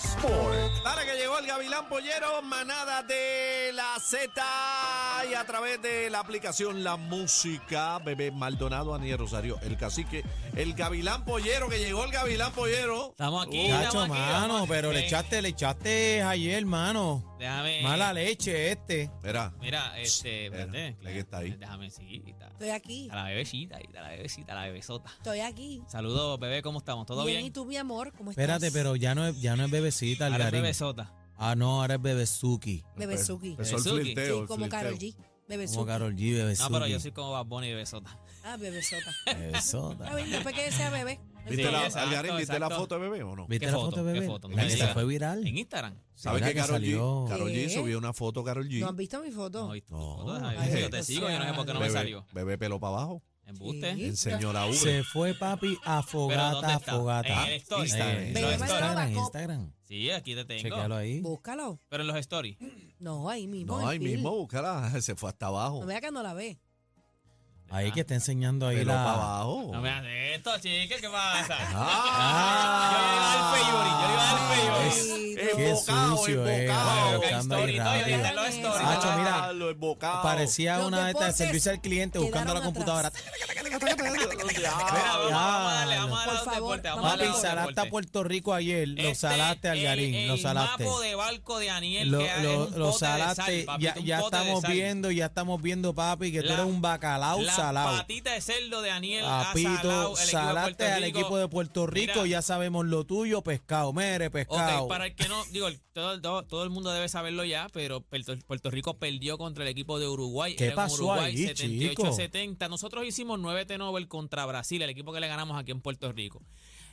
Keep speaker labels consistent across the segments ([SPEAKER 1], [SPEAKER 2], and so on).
[SPEAKER 1] Sport.
[SPEAKER 2] Ahora que llegó el Gavilán Pollero, manada de la Z y a través de la aplicación La Música, bebé Maldonado, Aniel Rosario, el cacique, el Gavilán Pollero, que llegó el Gavilán Pollero.
[SPEAKER 3] Estamos aquí, estamos
[SPEAKER 4] Chacho,
[SPEAKER 3] aquí,
[SPEAKER 4] mano,
[SPEAKER 3] estamos aquí.
[SPEAKER 4] pero le
[SPEAKER 3] Ven,
[SPEAKER 4] echaste, le echaste ayer, mano.
[SPEAKER 3] Déjame. eh,
[SPEAKER 4] Mala leche este.
[SPEAKER 2] Mira,
[SPEAKER 3] Mira, este.
[SPEAKER 2] Espera,
[SPEAKER 3] espérate,
[SPEAKER 2] la que está ahí.
[SPEAKER 3] Déjame, sí. está-
[SPEAKER 5] Estoy aquí,
[SPEAKER 3] A la bebecita, ahí, a la bebecita, a la bebesota.
[SPEAKER 5] estoy aquí.
[SPEAKER 3] Saludos, bebé, ¿cómo estamos? ¿Todo
[SPEAKER 5] bien,
[SPEAKER 3] bien?
[SPEAKER 5] ¿y tú, mi amor? ¿Cómo estás?
[SPEAKER 4] Espérate, pero ya no es, ya no es bebecita,
[SPEAKER 3] Ahora es
[SPEAKER 4] Algarín.
[SPEAKER 3] bebesota.
[SPEAKER 4] Ah, no, ahora es bebezuki.
[SPEAKER 5] Bebezuki.
[SPEAKER 2] Empezó Pues, el
[SPEAKER 3] Besuki.
[SPEAKER 5] Sí,
[SPEAKER 2] flirteo. el
[SPEAKER 5] como Carol
[SPEAKER 2] flirteo.
[SPEAKER 5] G. Bebezuki.
[SPEAKER 4] Como Carol G, bebezuki.
[SPEAKER 3] No, pero yo soy como Bad Bunny bebesota.
[SPEAKER 5] Ah, bebesota.
[SPEAKER 4] Bebesota.
[SPEAKER 5] Está bien, después que sea bebé.
[SPEAKER 2] ¿Viste,
[SPEAKER 3] Sí,
[SPEAKER 2] la,
[SPEAKER 3] exacto,
[SPEAKER 2] Algarín, ¿viste la
[SPEAKER 3] exacto.
[SPEAKER 2] foto de bebé o no?
[SPEAKER 4] ¿Viste
[SPEAKER 3] ¿Qué
[SPEAKER 4] la
[SPEAKER 3] foto?
[SPEAKER 4] foto, de
[SPEAKER 3] ¿Qué
[SPEAKER 4] bebé?
[SPEAKER 3] foto? No
[SPEAKER 4] La
[SPEAKER 3] me
[SPEAKER 4] que se
[SPEAKER 3] digas.
[SPEAKER 4] fue viral.
[SPEAKER 3] En Instagram.
[SPEAKER 2] ¿Sabes
[SPEAKER 4] ¿Verdad
[SPEAKER 2] que
[SPEAKER 4] que
[SPEAKER 2] Carol G?
[SPEAKER 4] salió?
[SPEAKER 2] Carol G
[SPEAKER 5] ¿Qué?
[SPEAKER 2] subió una foto, Carol G.
[SPEAKER 5] ¿No han visto mi foto?
[SPEAKER 3] No, he visto
[SPEAKER 2] No.
[SPEAKER 3] fotos, déjame
[SPEAKER 5] Ay,
[SPEAKER 3] ver, yo te
[SPEAKER 5] o
[SPEAKER 3] sigo, yo no sé por qué no me
[SPEAKER 2] bebé,
[SPEAKER 3] salió.
[SPEAKER 2] bebé pelo para abajo.
[SPEAKER 3] Embuste.
[SPEAKER 5] Sí.
[SPEAKER 2] Enseñó la ubre.
[SPEAKER 4] Se fue, papi, a
[SPEAKER 3] Pero ¿dónde
[SPEAKER 4] fogata, a
[SPEAKER 3] está? En
[SPEAKER 4] fogata.
[SPEAKER 3] el story.
[SPEAKER 2] Instagram.
[SPEAKER 3] En
[SPEAKER 4] Eh,
[SPEAKER 3] los
[SPEAKER 5] Bebé
[SPEAKER 3] stories.
[SPEAKER 5] Maldonado.
[SPEAKER 4] Instagram,
[SPEAKER 5] Baco.
[SPEAKER 4] Instagram.
[SPEAKER 3] Sí, aquí te tengo.
[SPEAKER 4] Chequealo ahí.
[SPEAKER 5] Búscalo.
[SPEAKER 3] Pero en los stories.
[SPEAKER 5] No, ahí mismo.
[SPEAKER 2] No,
[SPEAKER 5] en
[SPEAKER 2] ahí
[SPEAKER 5] Phil.
[SPEAKER 2] mismo, búscala. Se fue hasta abajo.
[SPEAKER 5] No vea que no la ve.
[SPEAKER 4] Ahí que está enseñando ahí
[SPEAKER 2] Pelo para
[SPEAKER 4] la...
[SPEAKER 2] abajo.
[SPEAKER 3] No me hagas esto, chique, ¿qué pasa?
[SPEAKER 2] Ah.
[SPEAKER 3] Yo
[SPEAKER 4] le
[SPEAKER 5] iba al favorite, yo le iba al favorite.
[SPEAKER 2] Es-
[SPEAKER 4] Qué
[SPEAKER 2] embocado,
[SPEAKER 4] sucio, eh.
[SPEAKER 2] embocado.
[SPEAKER 4] ahí
[SPEAKER 3] Ok,
[SPEAKER 4] buscando ahí
[SPEAKER 3] story, todavía
[SPEAKER 4] rápido.
[SPEAKER 3] está en los stories.
[SPEAKER 4] Sacho, mira,
[SPEAKER 2] lo embocado.
[SPEAKER 4] Parecía
[SPEAKER 5] Los
[SPEAKER 4] una de estas de
[SPEAKER 5] deportes
[SPEAKER 4] servicio al cliente buscando la
[SPEAKER 5] quedaron
[SPEAKER 4] computadora.
[SPEAKER 5] atrás.
[SPEAKER 3] Mira, vamos, vamos a darle,
[SPEAKER 4] Ya,
[SPEAKER 3] vamos a darle
[SPEAKER 5] por
[SPEAKER 3] otro
[SPEAKER 5] favor,
[SPEAKER 3] deporte, vamos a
[SPEAKER 4] Papi,
[SPEAKER 3] darle otro
[SPEAKER 4] salaste a
[SPEAKER 3] deporte.
[SPEAKER 4] Puerto Rico ayer, lo
[SPEAKER 3] Este
[SPEAKER 4] salaste al
[SPEAKER 3] es
[SPEAKER 4] Garín, lo
[SPEAKER 3] el
[SPEAKER 4] salaste.
[SPEAKER 3] mapo de barco de Aniel
[SPEAKER 4] Lo,
[SPEAKER 3] que es
[SPEAKER 4] lo-
[SPEAKER 3] un
[SPEAKER 4] lo
[SPEAKER 3] pote de
[SPEAKER 4] salaste,
[SPEAKER 3] sal, papito,
[SPEAKER 4] ya,
[SPEAKER 3] un
[SPEAKER 4] ya
[SPEAKER 3] pote de
[SPEAKER 4] estamos
[SPEAKER 3] sal.
[SPEAKER 4] viendo, ya estamos viendo, papi, que tú
[SPEAKER 3] La-
[SPEAKER 4] eres un bacalao
[SPEAKER 3] La
[SPEAKER 4] salado.
[SPEAKER 3] patita de cerdo de Aniel ha salado
[SPEAKER 4] Papito,
[SPEAKER 3] el equipo de
[SPEAKER 4] salaste
[SPEAKER 3] Puerto
[SPEAKER 4] al
[SPEAKER 3] Rico.
[SPEAKER 4] equipo de Puerto Rico,
[SPEAKER 3] Mira.
[SPEAKER 4] ya sabemos lo tuyo, pescado, mere, pescado.
[SPEAKER 3] Ok, para el que no, digo, el- todo, todo- todo el mundo debe saberlo ya, pero Puerto, Puerto Rico perdió contra el equipo de Uruguay.
[SPEAKER 4] ¿Qué
[SPEAKER 3] Era un
[SPEAKER 4] pasó
[SPEAKER 3] Uruguay
[SPEAKER 4] ahí,
[SPEAKER 3] 78 70. Nosotros hicimos 9 turnover contra Brasil, el equipo que le ganamos aquí en Puerto Rico.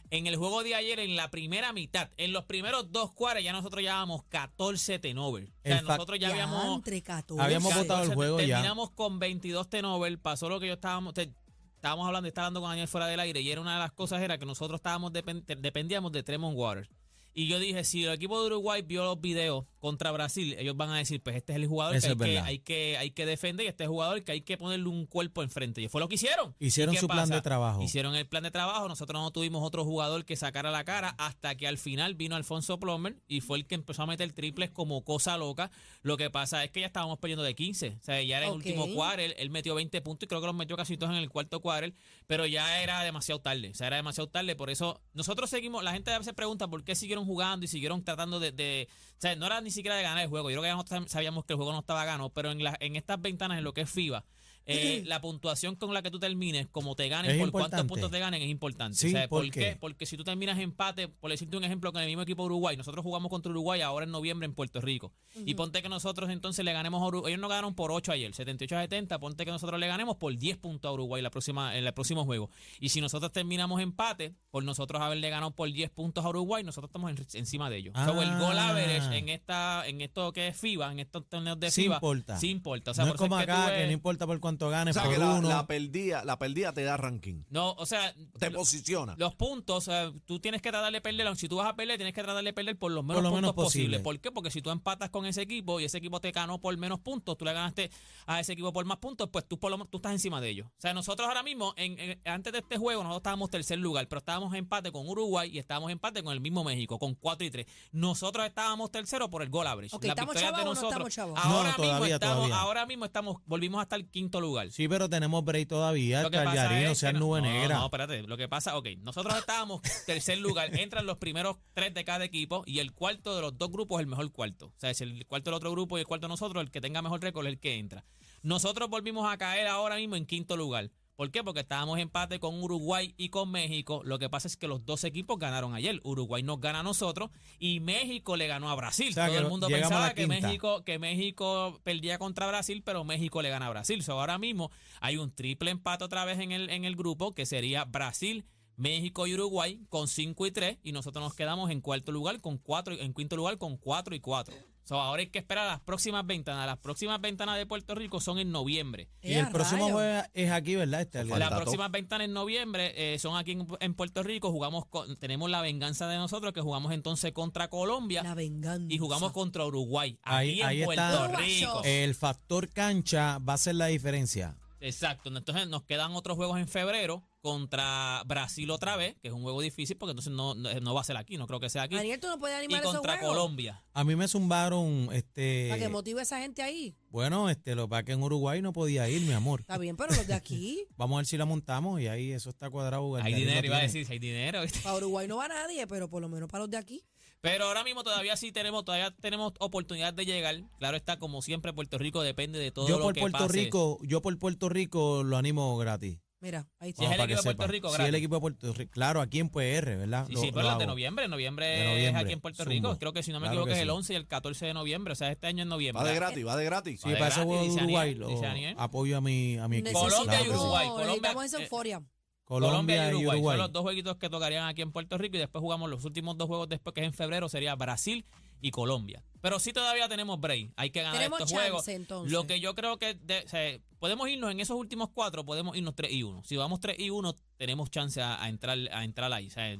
[SPEAKER 3] En el juego de ayer, en la primera mitad, en los primeros dos cuartos, ya nosotros llevábamos 14 turnover. O sea,
[SPEAKER 4] En fact-
[SPEAKER 3] nosotros ya habíamos
[SPEAKER 5] Diantre, 14.
[SPEAKER 4] Habíamos
[SPEAKER 3] Catorce,
[SPEAKER 4] votado el juego ya.
[SPEAKER 3] Terminamos con 22 Tenover, pasó lo que yo estábamos, te- estábamos hablando, estaba hablando con Daniel fuera del aire, y era una de las cosas era que nosotros estábamos depen- te- dependíamos de Tremont Waters. Y yo dije, si el equipo de Uruguay vio los videos contra Brasil, ellos van a decir, pues este es el jugador que
[SPEAKER 4] Eso
[SPEAKER 3] hay
[SPEAKER 4] es
[SPEAKER 3] que,
[SPEAKER 4] verdad.
[SPEAKER 3] hay, que, hay que defender y este es el jugador que hay que ponerle un cuerpo enfrente. Y fue lo que hicieron.
[SPEAKER 4] Hicieron
[SPEAKER 3] ¿Y qué
[SPEAKER 4] su plan
[SPEAKER 3] pasa?
[SPEAKER 4] de trabajo.
[SPEAKER 3] Hicieron el plan de trabajo, nosotros no tuvimos otro jugador que sacara la cara hasta que al final vino Alfonso Plomer y fue el que empezó a meter triples como cosa loca. Lo que pasa es que ya estábamos perdiendo de 15, o sea, ya era el
[SPEAKER 5] Ok.
[SPEAKER 3] último cuadro, él, él metió 20 puntos y creo que los metió casi todos en el cuarto cuadro, pero ya era demasiado tarde, o sea, era demasiado tarde, por eso nosotros seguimos, la gente a veces pregunta por qué siguieron jugando y siguieron tratando de, de- o sea, no era ni siquiera de ganar el juego, yo creo que ya nosotros sabíamos que el juego no estaba ganado, pero en, la- en estas ventanas, en lo que es FIBA, eh, la puntuación con la que tú termines, como te ganes,
[SPEAKER 4] Es
[SPEAKER 3] por cuántos
[SPEAKER 4] importante.
[SPEAKER 3] puntos te ganen, es importante.
[SPEAKER 4] Sí,
[SPEAKER 3] O sea,
[SPEAKER 4] ¿por
[SPEAKER 3] ¿por
[SPEAKER 4] qué?
[SPEAKER 3] qué? Porque si tú terminas empate, por decirte un ejemplo, con el mismo equipo de Uruguay, nosotros jugamos contra Uruguay ahora en noviembre en Puerto Rico. Y ponte que nosotros entonces le ganemos a Uruguay. Ellos no ganaron por 8 ayer, 78 a 70. Ponte que nosotros le ganemos por 10 puntos a Uruguay la próxima, en el próximo juego. Y si nosotros terminamos empate, por nosotros haberle ganado por 10 puntos a Uruguay, nosotros estamos en- encima de ellos. O sea, el gol
[SPEAKER 4] Ah.
[SPEAKER 3] average en, esta, en esto que es FIBA, en estos torneos de
[SPEAKER 4] Sí
[SPEAKER 3] FIBA,
[SPEAKER 4] importa.
[SPEAKER 3] sí importa. O sea,
[SPEAKER 4] no
[SPEAKER 3] por
[SPEAKER 4] es
[SPEAKER 3] eso
[SPEAKER 4] como
[SPEAKER 3] que tú
[SPEAKER 4] acá, que
[SPEAKER 3] ves-
[SPEAKER 4] no importa por cuánto
[SPEAKER 2] O
[SPEAKER 4] ganes,
[SPEAKER 2] sea,
[SPEAKER 4] por
[SPEAKER 2] que la,
[SPEAKER 4] uno.
[SPEAKER 2] la perdida, la perdida te da ranking.
[SPEAKER 3] No, o sea,
[SPEAKER 2] Te
[SPEAKER 3] lo-
[SPEAKER 2] posiciona.
[SPEAKER 3] los puntos, eh, tú tienes que tratar de perder. Si tú vas a perder, tienes que tratar de perder por los menos
[SPEAKER 4] lo
[SPEAKER 3] puntos
[SPEAKER 4] menos
[SPEAKER 3] posibles.
[SPEAKER 4] posible.
[SPEAKER 3] ¿Por qué? Porque si tú empatas con ese equipo y ese equipo te ganó por menos puntos, tú le ganaste a ese equipo por más puntos, pues tú por lo menos tú estás encima de ellos. O sea, nosotros ahora mismo, en- en- antes de este juego, nosotros estábamos tercer lugar, pero estábamos empate con Uruguay y estábamos empate con el mismo México, con 4 y 3. Nosotros estábamos tercero por el gol average.
[SPEAKER 5] Ok,
[SPEAKER 3] La
[SPEAKER 5] ¿estamos
[SPEAKER 3] victoria de
[SPEAKER 5] chavos o no
[SPEAKER 3] nosotros.
[SPEAKER 5] estamos chavos?
[SPEAKER 4] No,
[SPEAKER 3] Ahora mismo
[SPEAKER 4] todavía,
[SPEAKER 3] estamos,
[SPEAKER 4] todavía.
[SPEAKER 3] ahora mismo estamos, volvimos hasta el quinto lugar.
[SPEAKER 4] Sí, pero tenemos break todavía,
[SPEAKER 3] Lo que pasa
[SPEAKER 4] Calgarín,
[SPEAKER 3] es
[SPEAKER 4] o
[SPEAKER 3] que
[SPEAKER 4] sea,
[SPEAKER 3] no-
[SPEAKER 4] nube
[SPEAKER 3] no,
[SPEAKER 4] negra.
[SPEAKER 3] No, espérate. Lo que pasa, ok. Nosotros estábamos tercer lugar. Entran los primeros tres de cada equipo y el cuarto de los dos grupos es el mejor cuarto. O sea, es el cuarto del otro grupo y el cuarto de nosotros, el que tenga mejor récord es el que entra. Nosotros volvimos a caer ahora mismo en quinto lugar. ¿Por qué? Porque estábamos empate con Uruguay y con México. Lo que pasa es que los dos equipos ganaron ayer. Uruguay nos gana a nosotros y México le ganó a Brasil.
[SPEAKER 4] O sea,
[SPEAKER 3] Todo
[SPEAKER 4] que
[SPEAKER 3] el mundo
[SPEAKER 4] llegamos a
[SPEAKER 3] pensaba
[SPEAKER 4] la
[SPEAKER 3] que
[SPEAKER 4] quinta.
[SPEAKER 3] México, que México perdía contra Brasil, pero México le gana a Brasil. So, ahora mismo hay un triple empate otra vez en el, en el grupo, que sería Brasil, México y Uruguay con 5 y 3, y nosotros nos quedamos en cuarto lugar con 4, en quinto lugar con 4 y 4. So, ahora hay que esperar a las próximas ventanas. Las próximas ventanas de Puerto Rico son en noviembre.
[SPEAKER 4] y el
[SPEAKER 5] Ea,
[SPEAKER 4] próximo
[SPEAKER 5] rayos.
[SPEAKER 4] jueves es aquí, ¿verdad? Este,
[SPEAKER 3] Las
[SPEAKER 4] Algarín?
[SPEAKER 2] Falta todo.
[SPEAKER 3] próximas ventanas en noviembre eh, son aquí en, en Puerto Rico. Jugamos con- tenemos la venganza de nosotros, que jugamos entonces contra Colombia
[SPEAKER 5] La venganza.
[SPEAKER 3] y jugamos contra Uruguay.
[SPEAKER 4] Ahí-
[SPEAKER 3] Ahí, en
[SPEAKER 4] ahí
[SPEAKER 3] Puerto
[SPEAKER 4] está.
[SPEAKER 3] Rico.
[SPEAKER 4] el factor cancha va a ser la diferencia.
[SPEAKER 3] Exacto. Entonces nos quedan otros juegos en febrero contra Brasil otra vez, que es un juego difícil porque entonces no, no, no va a ser aquí, no creo que sea aquí.
[SPEAKER 5] Daniel, tú no puedes
[SPEAKER 3] Y
[SPEAKER 5] animar esos
[SPEAKER 3] contra Eh.
[SPEAKER 5] juegos.
[SPEAKER 3] Colombia.
[SPEAKER 4] A mí me zumbaron, este.
[SPEAKER 5] Para que motive a esa gente ahí.
[SPEAKER 4] Bueno, este, lo que pasa es que en Uruguay no podía ir, mi amor.
[SPEAKER 5] Está bien, pero los de aquí,
[SPEAKER 4] Vamos a ver si la montamos y ahí eso está cuadrado.
[SPEAKER 3] Hay
[SPEAKER 4] Gardaí Pues lo
[SPEAKER 3] dinero, iba a
[SPEAKER 4] tiene.
[SPEAKER 3] decir, hay dinero. ¿viste?
[SPEAKER 5] para Uruguay no va nadie, pero por lo menos para los de aquí.
[SPEAKER 3] Pero ahora mismo todavía sí tenemos, todavía tenemos oportunidad de llegar. Claro está, como siempre, Puerto Rico depende de todo
[SPEAKER 4] Yo
[SPEAKER 3] lo
[SPEAKER 4] por
[SPEAKER 3] que
[SPEAKER 4] Puerto
[SPEAKER 3] pase.
[SPEAKER 4] Rico, yo por Puerto Rico lo animo gratis.
[SPEAKER 5] Mira, ahí
[SPEAKER 3] Si es
[SPEAKER 5] está.
[SPEAKER 3] el
[SPEAKER 4] para
[SPEAKER 3] equipo
[SPEAKER 4] que
[SPEAKER 3] de Puerto
[SPEAKER 4] sepa.
[SPEAKER 3] Rico,
[SPEAKER 4] Si es
[SPEAKER 3] gratis.
[SPEAKER 4] el equipo de Puerto Rico, claro, aquí en PR, ¿verdad?
[SPEAKER 3] Sí,
[SPEAKER 4] Lo-
[SPEAKER 3] sí, pero
[SPEAKER 4] lo
[SPEAKER 3] las de
[SPEAKER 4] hago.
[SPEAKER 3] noviembre, noviembre,
[SPEAKER 4] De
[SPEAKER 3] es
[SPEAKER 4] noviembre,
[SPEAKER 3] aquí en Puerto
[SPEAKER 4] zumbo.
[SPEAKER 3] Rico. Creo que si no me
[SPEAKER 4] Claro
[SPEAKER 3] equivoco
[SPEAKER 4] que
[SPEAKER 3] es el
[SPEAKER 4] sí.
[SPEAKER 3] 11 y el 14 de noviembre, o sea, este año en
[SPEAKER 2] Va
[SPEAKER 3] noviembre.
[SPEAKER 2] de gratis, va de gratis.
[SPEAKER 4] Sí,
[SPEAKER 3] Va de
[SPEAKER 4] para ese
[SPEAKER 3] gratis,
[SPEAKER 4] juego de
[SPEAKER 3] dice
[SPEAKER 4] Uruguay
[SPEAKER 3] Aniel,
[SPEAKER 4] lo
[SPEAKER 3] dice Aniel.
[SPEAKER 4] apoyo a mi, a mi equipo.
[SPEAKER 3] Colombia y
[SPEAKER 4] Claro que sí.
[SPEAKER 3] Uruguay, Colombia-
[SPEAKER 5] Necesitamos esa
[SPEAKER 3] eh,
[SPEAKER 5] euforia.
[SPEAKER 4] Colombia y Uruguay.
[SPEAKER 3] Son los dos jueguitos que tocarían aquí en Puerto Rico y después jugamos los últimos dos juegos después, que es en febrero, sería Brasil y Colombia. Pero sí todavía tenemos break. Hay que ganar
[SPEAKER 5] Tenemos
[SPEAKER 3] Ah, estos
[SPEAKER 5] chance,
[SPEAKER 3] juegos.
[SPEAKER 5] entonces.
[SPEAKER 3] Lo que yo creo que de- o sea, podemos irnos en esos últimos cuatro, podemos irnos 3 y 1. Si vamos 3 y 1, tenemos chance a, a entrar, a entrar ahí. O sea,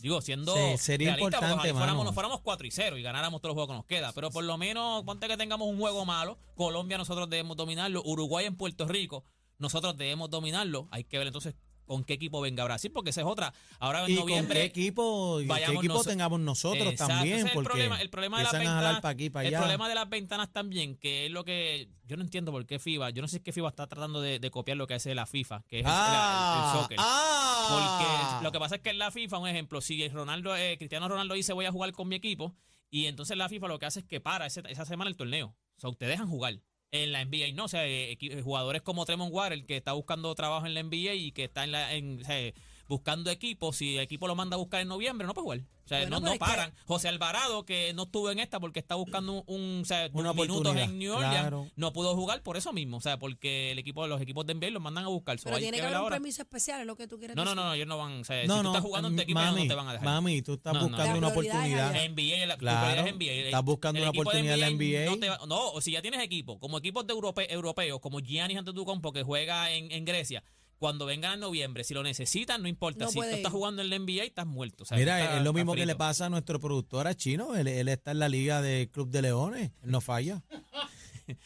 [SPEAKER 3] digo, siendo.
[SPEAKER 4] Se- sería
[SPEAKER 3] realistas, porque
[SPEAKER 4] importante,
[SPEAKER 3] ojalá fuéramos,
[SPEAKER 4] mano.
[SPEAKER 3] nos fuéramos 4 y 0 y ganáramos todos los juegos que nos queda. Pero por lo menos, ponte que tengamos un juego malo. Colombia nosotros debemos dominarlo. Uruguay en Puerto Rico, nosotros debemos dominarlo. Hay que ver entonces con qué equipo venga Brasil, porque esa es otra. Ahora en
[SPEAKER 4] y con
[SPEAKER 3] noviembre.
[SPEAKER 4] qué equipo, y qué
[SPEAKER 3] vayamos
[SPEAKER 4] equipo
[SPEAKER 3] noso-
[SPEAKER 4] tengamos nosotros
[SPEAKER 3] Exacto,
[SPEAKER 4] también,
[SPEAKER 3] ese es el
[SPEAKER 4] porque
[SPEAKER 3] problema, el problema de la
[SPEAKER 4] empiezan a
[SPEAKER 3] ventana-
[SPEAKER 4] jalar para aquí, para
[SPEAKER 3] El
[SPEAKER 4] allá.
[SPEAKER 3] problema de las ventanas también, que es lo que yo no entiendo por qué FIBA, yo no sé si es que FIBA está tratando de, de copiar lo que hace la FIFA, que es el-
[SPEAKER 4] ah,
[SPEAKER 3] el- el soccer.
[SPEAKER 4] ah,
[SPEAKER 3] Porque lo que pasa es que en la FIFA, un ejemplo, si Ronaldo, eh, Cristiano Ronaldo dice voy a jugar con mi equipo, y entonces la FIFA lo que hace es que para ese- esa semana el torneo. O sea, te dejan jugar. En la NBA no, o sea, eh, equi- jugadores como Tremont Water, que está buscando trabajo en la NBA y que está en la, en- o sea, buscando equipo, si el equipo lo manda a buscar en noviembre, no puede jugar. O sea,
[SPEAKER 5] Bueno,
[SPEAKER 3] no,
[SPEAKER 5] pero
[SPEAKER 3] no
[SPEAKER 5] es que-
[SPEAKER 3] paran. José Alvarado, que no estuvo en esta porque está buscando un, o sea,
[SPEAKER 4] Una
[SPEAKER 3] minutos
[SPEAKER 4] oportunidad,
[SPEAKER 3] en New Orleans,
[SPEAKER 4] claro.
[SPEAKER 3] no pudo jugar por eso mismo. O sea, porque el equipo, los equipos de NBA los mandan a buscar. So,
[SPEAKER 5] Pero
[SPEAKER 3] hay
[SPEAKER 5] tiene
[SPEAKER 3] que
[SPEAKER 5] que
[SPEAKER 3] ver
[SPEAKER 5] haber un
[SPEAKER 3] ahora.
[SPEAKER 5] permiso especial, es lo que tú quieres
[SPEAKER 3] No, no,
[SPEAKER 5] decir.
[SPEAKER 3] no, no, ellos no van. O sea,
[SPEAKER 4] no,
[SPEAKER 3] si tú
[SPEAKER 4] no,
[SPEAKER 3] estás jugando en tu equipo, ellos
[SPEAKER 4] mami,
[SPEAKER 3] no te van a dejar.
[SPEAKER 4] Mami, tú estás
[SPEAKER 3] No, no.
[SPEAKER 4] buscando
[SPEAKER 5] La
[SPEAKER 4] una
[SPEAKER 5] prioridad es
[SPEAKER 4] oportunidad.
[SPEAKER 5] allá.
[SPEAKER 3] NBA, la, tu
[SPEAKER 4] Claro,
[SPEAKER 3] prioridad es NBA. El-
[SPEAKER 4] estás buscando
[SPEAKER 3] el
[SPEAKER 4] una
[SPEAKER 3] equipo de
[SPEAKER 4] oportunidad en la
[SPEAKER 3] No,
[SPEAKER 4] NBA.
[SPEAKER 3] te va- no, o si ya tienes equipo, como equipos de europe- europeos, como Giannis Antetokounmpo que juega en, en Grecia, cuando vengan en noviembre, si lo necesitan, no importa.
[SPEAKER 5] No
[SPEAKER 3] si tú
[SPEAKER 5] puede
[SPEAKER 3] estás
[SPEAKER 5] ir.
[SPEAKER 3] jugando en la NBA, estás muerto. o sea,
[SPEAKER 4] Mira,
[SPEAKER 3] estás-
[SPEAKER 4] es lo
[SPEAKER 3] estás
[SPEAKER 4] mismo que
[SPEAKER 3] frito.
[SPEAKER 4] le pasa a nuestro productor a Chino. Él, él está en la liga del Club de Leones. Él no falla.
[SPEAKER 3] ¿Qué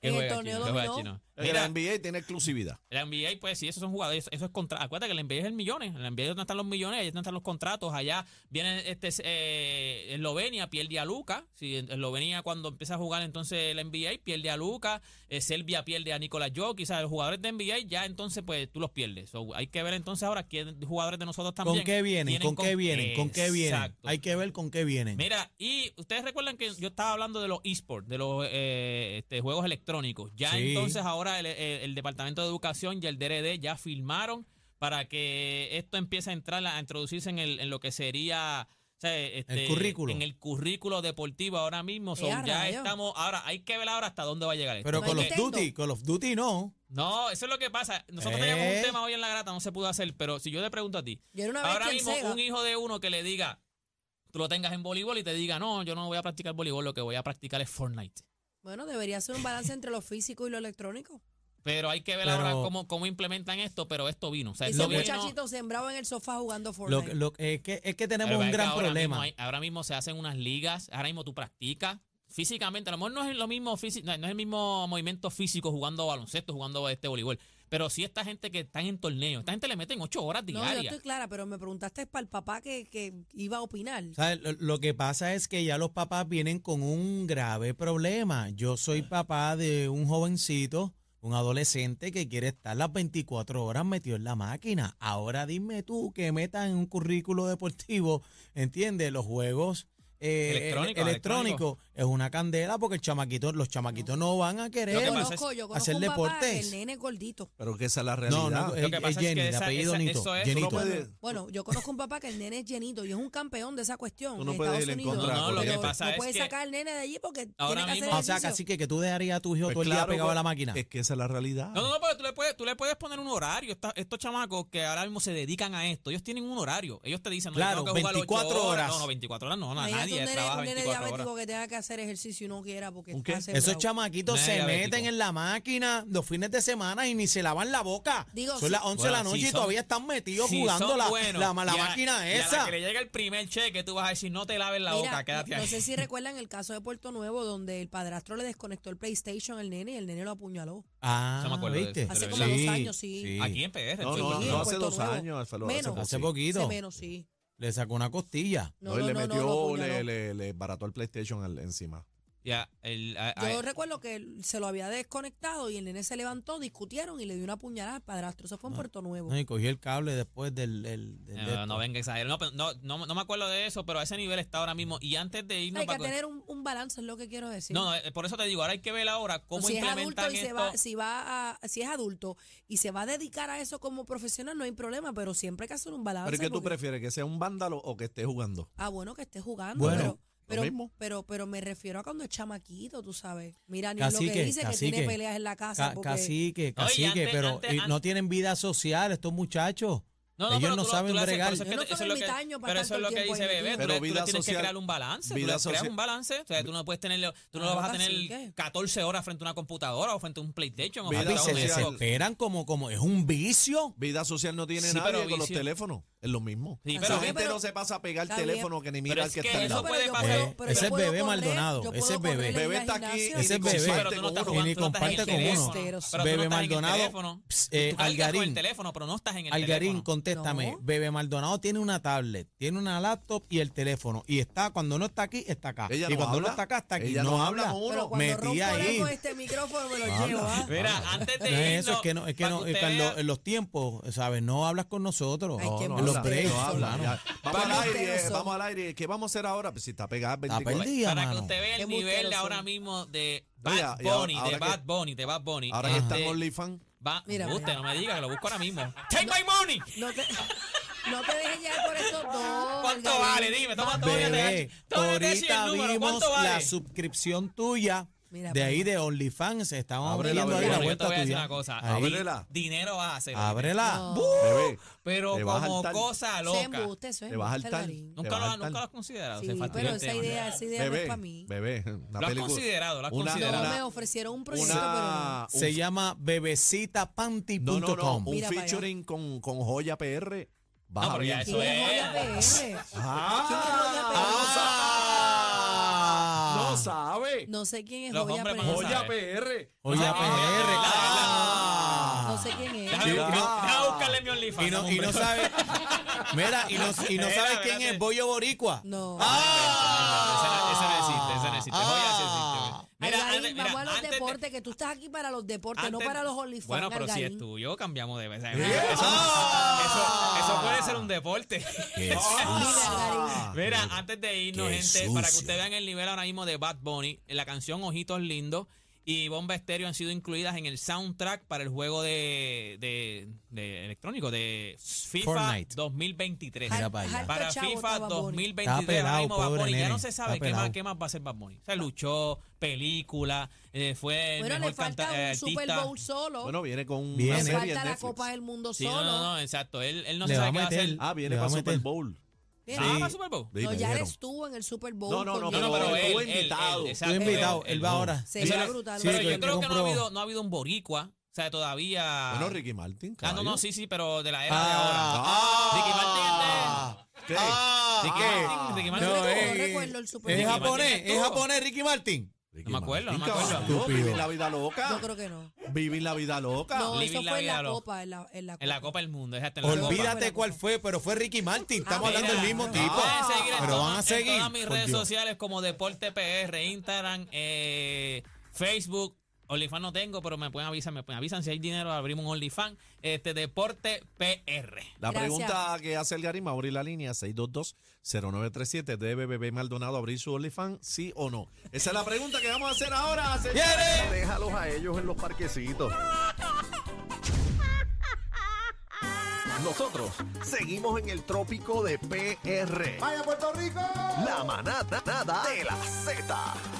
[SPEAKER 5] En el
[SPEAKER 3] juega
[SPEAKER 5] torneo
[SPEAKER 3] Chino? ¿Qué juega
[SPEAKER 5] dominó.
[SPEAKER 3] Chino?
[SPEAKER 2] Mira,
[SPEAKER 3] Mira,
[SPEAKER 2] la NBA tiene exclusividad.
[SPEAKER 3] La NBA, pues sí, esos son jugadores, eso es contra. Acuérdate que la NBA es el millones. En la NBA es donde están los millones, ahí es donde están los contratos. Allá viene este eh, Eslovenia, pierde a Luca. Si Eslovenia cuando empieza a jugar entonces la NBA, pierde a Luca. Eh, Serbia pierde a Nikola Jokic. O sea, los jugadores de NBA ya entonces pues tú los pierdes. So, hay que ver entonces ahora quién jugadores de nosotros también.
[SPEAKER 4] ¿Con qué vienen?
[SPEAKER 3] tienen
[SPEAKER 4] ¿Con qué vienen? ¿Con qué vienen?
[SPEAKER 3] Exacto.
[SPEAKER 4] Hay que ver con qué vienen.
[SPEAKER 3] Mira, y ustedes recuerdan que yo estaba hablando de los esports, de los eh, este, juegos electrónicos. Ya
[SPEAKER 4] Sí.
[SPEAKER 3] entonces ahora el, el- el Departamento de Educación y el DRD ya firmaron para que esto empiece a entrar, a introducirse en, el, en lo que sería... o sea, este,
[SPEAKER 4] currículo.
[SPEAKER 3] En el currículo deportivo ahora mismo. So,
[SPEAKER 5] Eh, a
[SPEAKER 3] ya
[SPEAKER 5] rayos.
[SPEAKER 3] estamos... Ahora, hay que ver ahora hasta dónde va a llegar esto.
[SPEAKER 4] Pero
[SPEAKER 5] No
[SPEAKER 4] con
[SPEAKER 5] hay
[SPEAKER 4] los
[SPEAKER 5] Nintendo.
[SPEAKER 4] Duty, con los Duty no.
[SPEAKER 3] No, eso es lo que pasa. Nosotros teníamos un
[SPEAKER 4] Eh.
[SPEAKER 3] tema hoy en la grata, no se pudo hacer, pero si yo te pregunto a ti,
[SPEAKER 5] Yo era una vez
[SPEAKER 3] Ahora
[SPEAKER 5] que en
[SPEAKER 3] mismo,
[SPEAKER 5] Sega,
[SPEAKER 3] un hijo de uno que le diga, tú lo tengas en voleibol y te diga, no, yo no voy a practicar voleibol, lo que voy a practicar es Fortnite.
[SPEAKER 5] bueno, debería ser un balance entre lo físico y lo electrónico.
[SPEAKER 3] Pero hay que ver
[SPEAKER 4] Pero-
[SPEAKER 3] ahora cómo, cómo implementan esto, pero esto vino. O sea,
[SPEAKER 5] Ese
[SPEAKER 3] esto
[SPEAKER 4] que-
[SPEAKER 3] vino-
[SPEAKER 5] muchachito sembrado en el sofá jugando
[SPEAKER 4] Lo,
[SPEAKER 5] Fortnite.
[SPEAKER 4] lo- es, que, es que tenemos
[SPEAKER 3] Pero es
[SPEAKER 4] un
[SPEAKER 3] que
[SPEAKER 4] gran
[SPEAKER 3] ahora
[SPEAKER 4] problema.
[SPEAKER 3] mismo hay- ahora mismo se hacen unas ligas, ahora mismo tú practicas físicamente. A lo mejor no es lo mismo físico, no no es el mismo movimiento físico jugando baloncesto, jugando este voleibol. Pero sí esta gente que están en torneos, esta gente le meten ocho horas
[SPEAKER 5] no, yo
[SPEAKER 3] diarias.
[SPEAKER 5] estoy clara, pero me preguntaste para el papá que, que iba a opinar.
[SPEAKER 4] ¿Sabes? Lo, lo que pasa es que ya los papás vienen con un grave problema. Yo soy papá de un jovencito, un adolescente que quiere estar las 24 horas metido en la máquina. Ahora dime tú que metan en un currículo deportivo, ¿entiendes? Los juegos eh,
[SPEAKER 3] Electrónico,
[SPEAKER 4] electrónicos es una candela porque el chamaquito, los chamaquitos no van
[SPEAKER 3] Lo
[SPEAKER 4] a
[SPEAKER 5] Yo
[SPEAKER 3] que
[SPEAKER 4] querer.
[SPEAKER 3] pasa
[SPEAKER 5] conozco, yo conozco
[SPEAKER 4] hacer
[SPEAKER 5] un papá que
[SPEAKER 4] deportes.
[SPEAKER 5] el nene es gordito.
[SPEAKER 2] Pero que esa es la realidad. Pues
[SPEAKER 4] No, no,
[SPEAKER 3] Lo que
[SPEAKER 4] eh,
[SPEAKER 3] pasa es
[SPEAKER 4] eh,
[SPEAKER 3] que
[SPEAKER 4] Jenny, de
[SPEAKER 3] esa-
[SPEAKER 4] apellido
[SPEAKER 3] esa-
[SPEAKER 4] Nito,
[SPEAKER 3] eso es-
[SPEAKER 2] Tú no
[SPEAKER 4] Jenito.
[SPEAKER 2] puedes-
[SPEAKER 5] Bueno, yo conozco un papá que el nene es llenito y es un campeón de esa cuestión.
[SPEAKER 2] Tú no
[SPEAKER 5] en
[SPEAKER 2] puedes
[SPEAKER 5] Estados
[SPEAKER 2] ir en
[SPEAKER 5] Unidos.
[SPEAKER 2] contra
[SPEAKER 3] No, no, lo que
[SPEAKER 5] Pero
[SPEAKER 3] pasa
[SPEAKER 5] no
[SPEAKER 3] es
[SPEAKER 5] puedes
[SPEAKER 3] que-
[SPEAKER 5] sacar al nene de allí porque
[SPEAKER 3] Ahora
[SPEAKER 5] tiene que
[SPEAKER 3] mismo-
[SPEAKER 4] O
[SPEAKER 5] hacer
[SPEAKER 4] sea,
[SPEAKER 5] ejercicio.
[SPEAKER 4] casi que, que tú dejarías a tu hijo
[SPEAKER 2] Pues
[SPEAKER 4] todo el día
[SPEAKER 2] claro,
[SPEAKER 4] pegado a la
[SPEAKER 2] pues,
[SPEAKER 4] máquina.
[SPEAKER 2] Es que esa es la realidad.
[SPEAKER 3] No, no, no, pero tú le puedes, tú le puedes poner un horario. Esta- estos chamacos que ahora mismo se dedican a esto, ellos tienen un horario. Ellos te dicen, no, yo
[SPEAKER 4] Claro,
[SPEAKER 3] tengo que jugar ocho
[SPEAKER 4] 24
[SPEAKER 3] horas.
[SPEAKER 4] horas.
[SPEAKER 3] No, no, 24 horas no, no,
[SPEAKER 5] Imagínate que
[SPEAKER 3] y
[SPEAKER 5] un nene,
[SPEAKER 3] trabaja
[SPEAKER 5] un nene
[SPEAKER 3] 24
[SPEAKER 5] diabético
[SPEAKER 3] horas.
[SPEAKER 5] que tenga que hacer ejercicio y no quiera porque
[SPEAKER 2] ¿Un qué?
[SPEAKER 5] está asegurado.
[SPEAKER 4] Esos chamaquitos
[SPEAKER 3] Nadie
[SPEAKER 4] se
[SPEAKER 3] diabético.
[SPEAKER 4] meten en la máquina los fines de semana y ni se lavan la boca.
[SPEAKER 5] Digo,
[SPEAKER 4] son
[SPEAKER 5] sí.
[SPEAKER 4] las 11 de la
[SPEAKER 3] Bueno,
[SPEAKER 4] noche
[SPEAKER 3] si
[SPEAKER 4] y
[SPEAKER 3] son-
[SPEAKER 4] todavía están metidos
[SPEAKER 3] Si
[SPEAKER 4] jugando
[SPEAKER 3] son
[SPEAKER 4] la,
[SPEAKER 3] buenos,
[SPEAKER 4] la, la
[SPEAKER 3] y a-
[SPEAKER 4] máquina
[SPEAKER 3] y a la
[SPEAKER 4] esa.
[SPEAKER 3] que le llega el primer cheque, tú vas a decir, no te laves la
[SPEAKER 5] Mira,
[SPEAKER 3] boca, quédate
[SPEAKER 5] no,
[SPEAKER 3] ahí.
[SPEAKER 5] no sé si recuerdan el caso de Puerto Nuevo donde el padrastro le desconectó el PlayStation al nene y el nene lo apuñaló.
[SPEAKER 4] Ah,
[SPEAKER 3] No me acuerdo de
[SPEAKER 4] ¿viste?
[SPEAKER 3] eso.
[SPEAKER 5] Hace
[SPEAKER 3] Pero
[SPEAKER 5] como
[SPEAKER 3] sí,
[SPEAKER 5] dos años, sí.
[SPEAKER 3] Aquí en PR.
[SPEAKER 2] No, no,
[SPEAKER 3] estoy seguro.
[SPEAKER 5] Sí,
[SPEAKER 2] no,
[SPEAKER 5] en
[SPEAKER 2] hace
[SPEAKER 5] Puerto
[SPEAKER 2] dos
[SPEAKER 5] Nuevo.
[SPEAKER 2] años, Alfaro, hace
[SPEAKER 5] Menos.
[SPEAKER 2] poco,
[SPEAKER 4] Hace
[SPEAKER 2] sí.
[SPEAKER 4] poquito
[SPEAKER 5] Ese menos, sí.
[SPEAKER 4] le sacó una costilla.
[SPEAKER 5] No,
[SPEAKER 2] No, y
[SPEAKER 5] no,
[SPEAKER 2] le
[SPEAKER 5] no, no,
[SPEAKER 2] metió,
[SPEAKER 5] lo apuñaló.
[SPEAKER 2] le, le, le barató el PlayStation al- encima.
[SPEAKER 3] Ya, el- a- a-
[SPEAKER 5] Yo recuerdo que él se lo había desconectado y el nene se levantó, discutieron y le dio una puñalada al padrastro. Eso fue en
[SPEAKER 4] No.
[SPEAKER 5] Puerto Nuevo.
[SPEAKER 4] No, y cogió el cable después del... del- del- de
[SPEAKER 3] eh, No, no
[SPEAKER 4] esto.
[SPEAKER 3] venga exagerado. No, pero no, no, no me acuerdo de eso, pero a ese nivel está ahora mismo. Y antes de irnos
[SPEAKER 5] Hay que
[SPEAKER 3] para-
[SPEAKER 5] tener un, un balance, es lo que quiero decir.
[SPEAKER 3] No, no, eh, por eso te digo, ahora hay que ver ahora cómo
[SPEAKER 5] si es adulto
[SPEAKER 3] implementan
[SPEAKER 5] y se
[SPEAKER 3] esto.
[SPEAKER 5] va, si va a- si es adulto y se va a dedicar a eso como profesional, no hay problema, pero siempre hay que hacer un balance.
[SPEAKER 2] ¿Pero qué tú
[SPEAKER 5] Ah, porque-
[SPEAKER 2] prefieres? ¿Que sea un vándalo o que esté jugando?
[SPEAKER 5] Ah, bueno, que esté jugando,
[SPEAKER 4] Bueno,
[SPEAKER 5] pero,
[SPEAKER 2] lo
[SPEAKER 5] pero,
[SPEAKER 2] mismo.
[SPEAKER 5] pero, pero me refiero a cuando es chamaquito, tú sabes. Mira, ni lo que
[SPEAKER 4] Cacique,
[SPEAKER 5] dice que
[SPEAKER 4] cacique.
[SPEAKER 5] tiene peleas en la casa.
[SPEAKER 4] Ca-
[SPEAKER 5] porque
[SPEAKER 4] cacique,
[SPEAKER 3] No, y
[SPEAKER 4] cacique,
[SPEAKER 3] antes-
[SPEAKER 4] pero
[SPEAKER 3] antes-
[SPEAKER 4] y
[SPEAKER 3] antes-
[SPEAKER 4] no tienen vida social estos muchachos. Ellos
[SPEAKER 3] pero
[SPEAKER 4] no
[SPEAKER 3] tú lo-
[SPEAKER 4] saben
[SPEAKER 3] tú lo haces,
[SPEAKER 4] bregar.
[SPEAKER 3] por eso es que
[SPEAKER 5] Ellos no
[SPEAKER 3] te- eso
[SPEAKER 5] son
[SPEAKER 3] es lo que-
[SPEAKER 5] ermitaños para
[SPEAKER 3] Pero
[SPEAKER 5] estar
[SPEAKER 3] eso es lo
[SPEAKER 5] todo
[SPEAKER 3] que
[SPEAKER 5] el
[SPEAKER 3] dice
[SPEAKER 5] tiempo
[SPEAKER 3] Bebé. Tú
[SPEAKER 5] ahí
[SPEAKER 2] metido.
[SPEAKER 3] le-
[SPEAKER 2] Pero
[SPEAKER 3] tú
[SPEAKER 2] vida
[SPEAKER 3] le tienes que
[SPEAKER 2] social-
[SPEAKER 3] crear un
[SPEAKER 2] vida
[SPEAKER 3] balance. Tú le creas
[SPEAKER 2] social-
[SPEAKER 3] un balance. O sea, tú no puedes tenerlo. Tú no lo
[SPEAKER 5] Claro,
[SPEAKER 3] vas a tener
[SPEAKER 5] cacique.
[SPEAKER 3] 14 horas frente a una computadora o frente a un PlayStation o
[SPEAKER 2] Vida
[SPEAKER 3] frente
[SPEAKER 4] Papi,
[SPEAKER 3] a
[SPEAKER 4] se
[SPEAKER 3] un
[SPEAKER 2] social.
[SPEAKER 3] Xbox.
[SPEAKER 4] desesperan como, como es un vicio.
[SPEAKER 2] Vida social no tiene
[SPEAKER 3] Sí,
[SPEAKER 2] nadie
[SPEAKER 3] pero
[SPEAKER 2] con los
[SPEAKER 3] vicio.
[SPEAKER 2] teléfonos. Es lo mismo.
[SPEAKER 3] Sí,
[SPEAKER 2] Esa
[SPEAKER 3] pero-
[SPEAKER 2] gente
[SPEAKER 5] pero-
[SPEAKER 2] no se pasa a pegar el
[SPEAKER 5] está bien.
[SPEAKER 2] teléfono que ni mira
[SPEAKER 3] Pero
[SPEAKER 2] al
[SPEAKER 3] es
[SPEAKER 2] que
[SPEAKER 3] que
[SPEAKER 2] está al
[SPEAKER 3] eso
[SPEAKER 2] lado.
[SPEAKER 5] pero
[SPEAKER 3] puede
[SPEAKER 5] yo
[SPEAKER 3] pasar.
[SPEAKER 5] puedo- pero yo
[SPEAKER 4] Ese es
[SPEAKER 5] puedo
[SPEAKER 4] Bebé
[SPEAKER 5] correr,
[SPEAKER 4] Maldonado, ese
[SPEAKER 5] yo puedo
[SPEAKER 4] es Bebé.
[SPEAKER 5] correr en
[SPEAKER 2] Bebé
[SPEAKER 5] la
[SPEAKER 2] está aquí
[SPEAKER 5] gimnasia.
[SPEAKER 2] y
[SPEAKER 4] Ese es
[SPEAKER 2] ni
[SPEAKER 4] Bebé.
[SPEAKER 2] comparte
[SPEAKER 3] Pero tú no
[SPEAKER 2] con
[SPEAKER 3] estás
[SPEAKER 2] uno.
[SPEAKER 3] jugando,
[SPEAKER 4] Ni
[SPEAKER 3] tú no estás en el
[SPEAKER 4] comparte con uno.
[SPEAKER 3] teléfono. Pero tú
[SPEAKER 5] Bebe
[SPEAKER 3] no estás en el
[SPEAKER 4] Maldonado,
[SPEAKER 3] teléfono.
[SPEAKER 4] ps, eh,
[SPEAKER 3] Tú cargas con
[SPEAKER 4] Algarín.
[SPEAKER 3] el teléfono, pero no estás en el
[SPEAKER 4] Algarín,
[SPEAKER 3] teléfono.
[SPEAKER 4] contéstame.
[SPEAKER 5] No.
[SPEAKER 4] Bebe Maldonado tiene una tablet, tiene una laptop y el teléfono. Y está, cuando no está aquí, está acá.
[SPEAKER 2] Ella
[SPEAKER 4] y
[SPEAKER 2] no
[SPEAKER 4] cuando
[SPEAKER 2] habla.
[SPEAKER 4] no está acá, está aquí.
[SPEAKER 2] Ella
[SPEAKER 4] no,
[SPEAKER 2] no habla
[SPEAKER 4] habla.
[SPEAKER 2] con uno.
[SPEAKER 5] Pero cuando
[SPEAKER 4] Metí
[SPEAKER 5] rompo algo
[SPEAKER 4] ahí.
[SPEAKER 5] con este micrófono me lo
[SPEAKER 4] Habla.
[SPEAKER 5] llevo, ¿ah?
[SPEAKER 3] Mira, antes
[SPEAKER 4] No
[SPEAKER 3] de
[SPEAKER 4] es eso,
[SPEAKER 3] irnos,
[SPEAKER 4] es que no, es que
[SPEAKER 3] para
[SPEAKER 4] no,
[SPEAKER 3] usted
[SPEAKER 4] eh, Carlos,
[SPEAKER 3] vea-
[SPEAKER 4] en los tiempos, ¿sabes? No hablas con nosotros.
[SPEAKER 5] Ay, qué
[SPEAKER 4] en
[SPEAKER 2] No
[SPEAKER 5] Los
[SPEAKER 2] habla,
[SPEAKER 4] los breaks.
[SPEAKER 2] no habla,
[SPEAKER 4] mano.
[SPEAKER 2] ya. Vamos al
[SPEAKER 5] Qué
[SPEAKER 2] aire,
[SPEAKER 5] embustero
[SPEAKER 2] eh,
[SPEAKER 5] son.
[SPEAKER 2] vamos al aire. ¿Qué vamos a hacer ahora? Pues si está
[SPEAKER 3] Ah,
[SPEAKER 2] pegada
[SPEAKER 4] Está
[SPEAKER 2] 24.
[SPEAKER 4] perdida.
[SPEAKER 3] para que
[SPEAKER 4] mano.
[SPEAKER 3] usted vea
[SPEAKER 5] Qué
[SPEAKER 3] el nivel de
[SPEAKER 5] busteros
[SPEAKER 3] ahora
[SPEAKER 5] son.
[SPEAKER 3] mismo de
[SPEAKER 2] No, ya,
[SPEAKER 3] Bad
[SPEAKER 2] y ahora-
[SPEAKER 3] Bunny,
[SPEAKER 2] ahora
[SPEAKER 3] de
[SPEAKER 2] que-
[SPEAKER 3] Bad Bunny, de Bad Bunny.
[SPEAKER 2] Ahora que está en
[SPEAKER 3] Este,
[SPEAKER 2] OnlyFans.
[SPEAKER 3] va,
[SPEAKER 5] Mira,
[SPEAKER 3] usted
[SPEAKER 5] mira.
[SPEAKER 3] no me diga que lo busco ahora mismo. Take my money.
[SPEAKER 5] No te, no te dejes llevar por estos dos.
[SPEAKER 3] ¿Cuánto
[SPEAKER 5] Gabriel.
[SPEAKER 3] vale? Dime, toma todo. Todavía
[SPEAKER 4] Bebé,
[SPEAKER 3] te- todavía te decía el
[SPEAKER 4] ahorita
[SPEAKER 3] número,
[SPEAKER 4] vimos
[SPEAKER 3] ¿cuánto vale?
[SPEAKER 4] la suscripción tuya
[SPEAKER 5] Mira,
[SPEAKER 4] de
[SPEAKER 5] pues.
[SPEAKER 4] ahí de OnlyFans. Estamos
[SPEAKER 2] Ábrela,
[SPEAKER 4] abriendo ahí
[SPEAKER 2] bebé.
[SPEAKER 4] la
[SPEAKER 3] Bueno, yo te
[SPEAKER 4] vuelta
[SPEAKER 3] voy a decir
[SPEAKER 4] tuya.
[SPEAKER 3] una cosa.
[SPEAKER 4] Ahí.
[SPEAKER 2] Ábrela. Ábrela.
[SPEAKER 3] Dinero vas a hacer.
[SPEAKER 4] Ábrela.
[SPEAKER 5] No.
[SPEAKER 4] ¡Bu!
[SPEAKER 2] Bebé,
[SPEAKER 3] Pero
[SPEAKER 2] Te vas a
[SPEAKER 3] como
[SPEAKER 2] hartar.
[SPEAKER 3] cosa
[SPEAKER 5] Se
[SPEAKER 3] loca.
[SPEAKER 5] embuste, eso es
[SPEAKER 2] Te vas a
[SPEAKER 5] embuste,
[SPEAKER 2] hartar.
[SPEAKER 5] Algarín.
[SPEAKER 2] Te
[SPEAKER 3] Nunca
[SPEAKER 2] vas
[SPEAKER 3] lo,
[SPEAKER 2] a
[SPEAKER 3] has-
[SPEAKER 2] hartar.
[SPEAKER 3] nunca lo has considerado.
[SPEAKER 5] Sí,
[SPEAKER 3] se fastidió
[SPEAKER 5] pero
[SPEAKER 3] el
[SPEAKER 5] esa
[SPEAKER 3] tema.
[SPEAKER 5] idea, esa idea no es
[SPEAKER 2] bebé,
[SPEAKER 5] para mí.
[SPEAKER 2] bebé. Una
[SPEAKER 3] Lo has
[SPEAKER 2] película-
[SPEAKER 3] considerado, lo has
[SPEAKER 2] una-
[SPEAKER 5] No,
[SPEAKER 3] considerado.
[SPEAKER 2] una-
[SPEAKER 5] me ofrecieron un proyecto,
[SPEAKER 2] una- un
[SPEAKER 4] Se llama
[SPEAKER 2] No,
[SPEAKER 4] bebecitapanty.com.
[SPEAKER 2] no, no. Un
[SPEAKER 5] Mira para allá.
[SPEAKER 2] featuring con, con Joya PR. Vas
[SPEAKER 3] No,
[SPEAKER 2] a
[SPEAKER 3] pero ya
[SPEAKER 2] ver.
[SPEAKER 5] pero...
[SPEAKER 3] eso
[SPEAKER 5] ¿Quién
[SPEAKER 3] es.
[SPEAKER 5] es Joya PR?
[SPEAKER 2] Ah,
[SPEAKER 4] Ah.
[SPEAKER 2] no sabe.
[SPEAKER 5] No sé quién es
[SPEAKER 3] Los
[SPEAKER 5] Joya
[SPEAKER 3] hombres
[SPEAKER 5] PR.
[SPEAKER 3] no
[SPEAKER 2] Joya
[SPEAKER 3] sabe.
[SPEAKER 2] PR.
[SPEAKER 4] Joya
[SPEAKER 3] Ah,
[SPEAKER 4] PR.
[SPEAKER 3] ah,
[SPEAKER 4] Ah.
[SPEAKER 5] No sé quién es.
[SPEAKER 3] Déjame
[SPEAKER 2] Mira.
[SPEAKER 3] buscar- déjame buscarle mi OnlyFans.
[SPEAKER 4] Y no, y no
[SPEAKER 3] hombre.
[SPEAKER 4] sabe. Mira, y no, y no
[SPEAKER 3] Espera,
[SPEAKER 4] sabe quién
[SPEAKER 3] espérate.
[SPEAKER 4] es Bollo Boricua.
[SPEAKER 5] No.
[SPEAKER 4] Ah.
[SPEAKER 3] Ese no- ese no existe, ese no existe. Joya sí existe. Mira,
[SPEAKER 5] Algarín,
[SPEAKER 3] antes- mira,
[SPEAKER 5] vamos a los
[SPEAKER 3] antes de-
[SPEAKER 5] deportes, que tú estás aquí para los deportes, no
[SPEAKER 3] antes-
[SPEAKER 5] para los OnlyFans.
[SPEAKER 3] Bueno, pero si
[SPEAKER 5] Algarín.
[SPEAKER 3] es tuyo, cambiamos de. o sea,
[SPEAKER 2] Yeah.
[SPEAKER 3] eso,
[SPEAKER 4] Ah.
[SPEAKER 3] eso- eso puede ser un deporte.
[SPEAKER 4] Qué
[SPEAKER 5] Ah.
[SPEAKER 3] Mira, antes de irnos,
[SPEAKER 4] Qué
[SPEAKER 3] gente, para que
[SPEAKER 4] sucio.
[SPEAKER 3] ustedes vean el nivel ahora mismo de Bad Bunny, la canción Ojitos Lindos y Bomba Estéreo han sido incluidas en el soundtrack para el juego de, de- de electrónico de FIFA
[SPEAKER 4] Fortnite.
[SPEAKER 3] 2023.
[SPEAKER 4] Mira
[SPEAKER 5] Har-
[SPEAKER 4] para allá.
[SPEAKER 5] harto
[SPEAKER 3] Para
[SPEAKER 5] este chavo
[SPEAKER 3] FIFA
[SPEAKER 5] estaba Bad Bunny.
[SPEAKER 3] 2023,
[SPEAKER 4] Está pelado,
[SPEAKER 3] ahora mismo Bad
[SPEAKER 4] pobre
[SPEAKER 3] Bunny, ya
[SPEAKER 4] nene,
[SPEAKER 3] no se sabe
[SPEAKER 4] está
[SPEAKER 3] qué más,
[SPEAKER 4] pelado.
[SPEAKER 3] qué más va a hacer Bad Bunny. Se luchó, película, eh, fue el
[SPEAKER 5] Bueno,
[SPEAKER 3] mejor
[SPEAKER 5] le falta
[SPEAKER 3] canta- eh,
[SPEAKER 5] un Super
[SPEAKER 3] artista.
[SPEAKER 5] Bowl solo.
[SPEAKER 2] Bueno, viene con una
[SPEAKER 4] Viene.
[SPEAKER 5] le
[SPEAKER 2] serie
[SPEAKER 5] falta
[SPEAKER 2] en
[SPEAKER 5] la
[SPEAKER 2] Netflix.
[SPEAKER 5] Copa del Mundo
[SPEAKER 3] Sí, no,
[SPEAKER 5] solo.
[SPEAKER 3] no, no, exacto. Él, él no
[SPEAKER 4] Le va
[SPEAKER 3] sabe
[SPEAKER 4] a
[SPEAKER 3] qué va a
[SPEAKER 4] meter.
[SPEAKER 3] hacer.
[SPEAKER 2] Ah, viene
[SPEAKER 4] Le
[SPEAKER 2] para
[SPEAKER 4] vamos a
[SPEAKER 2] Super
[SPEAKER 4] meter.
[SPEAKER 2] Bowl.
[SPEAKER 5] Mira,
[SPEAKER 3] Ah, para Super Bowl.
[SPEAKER 5] no,
[SPEAKER 2] Sí,
[SPEAKER 5] ya
[SPEAKER 2] dijeron.
[SPEAKER 5] estuvo en el Super Bowl.
[SPEAKER 2] No, no,
[SPEAKER 5] con
[SPEAKER 2] no,
[SPEAKER 3] No, no,
[SPEAKER 5] Diego.
[SPEAKER 3] pero
[SPEAKER 2] Estuvo
[SPEAKER 3] él,
[SPEAKER 2] invitado.
[SPEAKER 3] Él, él,
[SPEAKER 4] Estoy
[SPEAKER 3] exacto,
[SPEAKER 4] invitado, él va ahora.
[SPEAKER 5] Sería
[SPEAKER 4] Mira,
[SPEAKER 5] brutal.
[SPEAKER 4] sí,
[SPEAKER 5] Pero
[SPEAKER 3] pero
[SPEAKER 4] que
[SPEAKER 3] yo
[SPEAKER 4] él
[SPEAKER 3] creo que no ha,
[SPEAKER 4] compró-
[SPEAKER 3] habido, no ha habido un boricua. O sea, todavía.
[SPEAKER 2] Bueno, Ricky Martin.
[SPEAKER 3] ah, no,
[SPEAKER 2] caballo.
[SPEAKER 3] no, sí, sí, pero de la era de ahora.
[SPEAKER 4] Ah,
[SPEAKER 3] Ricky Martin ¿eh?
[SPEAKER 4] ah,
[SPEAKER 2] ¿Qué?
[SPEAKER 4] ah,
[SPEAKER 3] Ricky
[SPEAKER 4] ¿qué?
[SPEAKER 3] Martin, Ricky Martin.
[SPEAKER 5] No,
[SPEAKER 3] No,
[SPEAKER 5] recuerdo,
[SPEAKER 4] eh,
[SPEAKER 5] recuerdo el Super
[SPEAKER 4] ¿Es
[SPEAKER 3] Ricky
[SPEAKER 5] Bowl.
[SPEAKER 4] japonés?
[SPEAKER 3] Martin
[SPEAKER 4] ¿Es
[SPEAKER 3] estuvo.
[SPEAKER 4] japonés Ricky Martin?
[SPEAKER 2] Ricky
[SPEAKER 3] me acuerdo, no me
[SPEAKER 2] Martin,
[SPEAKER 3] acuerdo.
[SPEAKER 2] caballo, Viví
[SPEAKER 4] Estúpido.
[SPEAKER 2] la vida
[SPEAKER 5] Yo
[SPEAKER 2] loca.
[SPEAKER 5] creo que no.
[SPEAKER 2] Viví la vida loca.
[SPEAKER 5] No,
[SPEAKER 3] Living
[SPEAKER 5] eso
[SPEAKER 3] la
[SPEAKER 5] fue en
[SPEAKER 3] vida
[SPEAKER 5] la
[SPEAKER 3] loca.
[SPEAKER 5] copa, en la, en la copa.
[SPEAKER 3] En la Copa del Mundo, es hasta en la Copa.
[SPEAKER 4] Olvídate
[SPEAKER 5] Bueno,
[SPEAKER 4] cuál
[SPEAKER 5] bueno.
[SPEAKER 4] fue, pero fue Ricky Martin. Estamos
[SPEAKER 5] mira,
[SPEAKER 4] hablando del mismo
[SPEAKER 5] no.
[SPEAKER 4] tipo.
[SPEAKER 3] Ah, Pueden seguir en
[SPEAKER 4] Pero
[SPEAKER 3] todas-
[SPEAKER 4] van a seguir.
[SPEAKER 3] En todas mis
[SPEAKER 4] por
[SPEAKER 3] redes
[SPEAKER 4] Dios.
[SPEAKER 3] sociales como Deporte PR, Instagram, eh, Facebook. OnlyFans no tengo, pero me pueden avisar, me pueden avisan si hay dinero, abrimos un OnlyFans. Este, Deporte PR.
[SPEAKER 2] La
[SPEAKER 5] Gracias.
[SPEAKER 2] pregunta que hace el Garim, abrir la línea 622-0937. ¿Debe bebé Maldonado abrir su OnlyFans? ¿Sí o no? Esa es la pregunta que vamos a hacer ahora. señores.
[SPEAKER 1] Déjalos a ellos en los parquecitos. Nosotros seguimos en el trópico de PR. ¡Vaya Puerto Rico! La manada nada de la Z.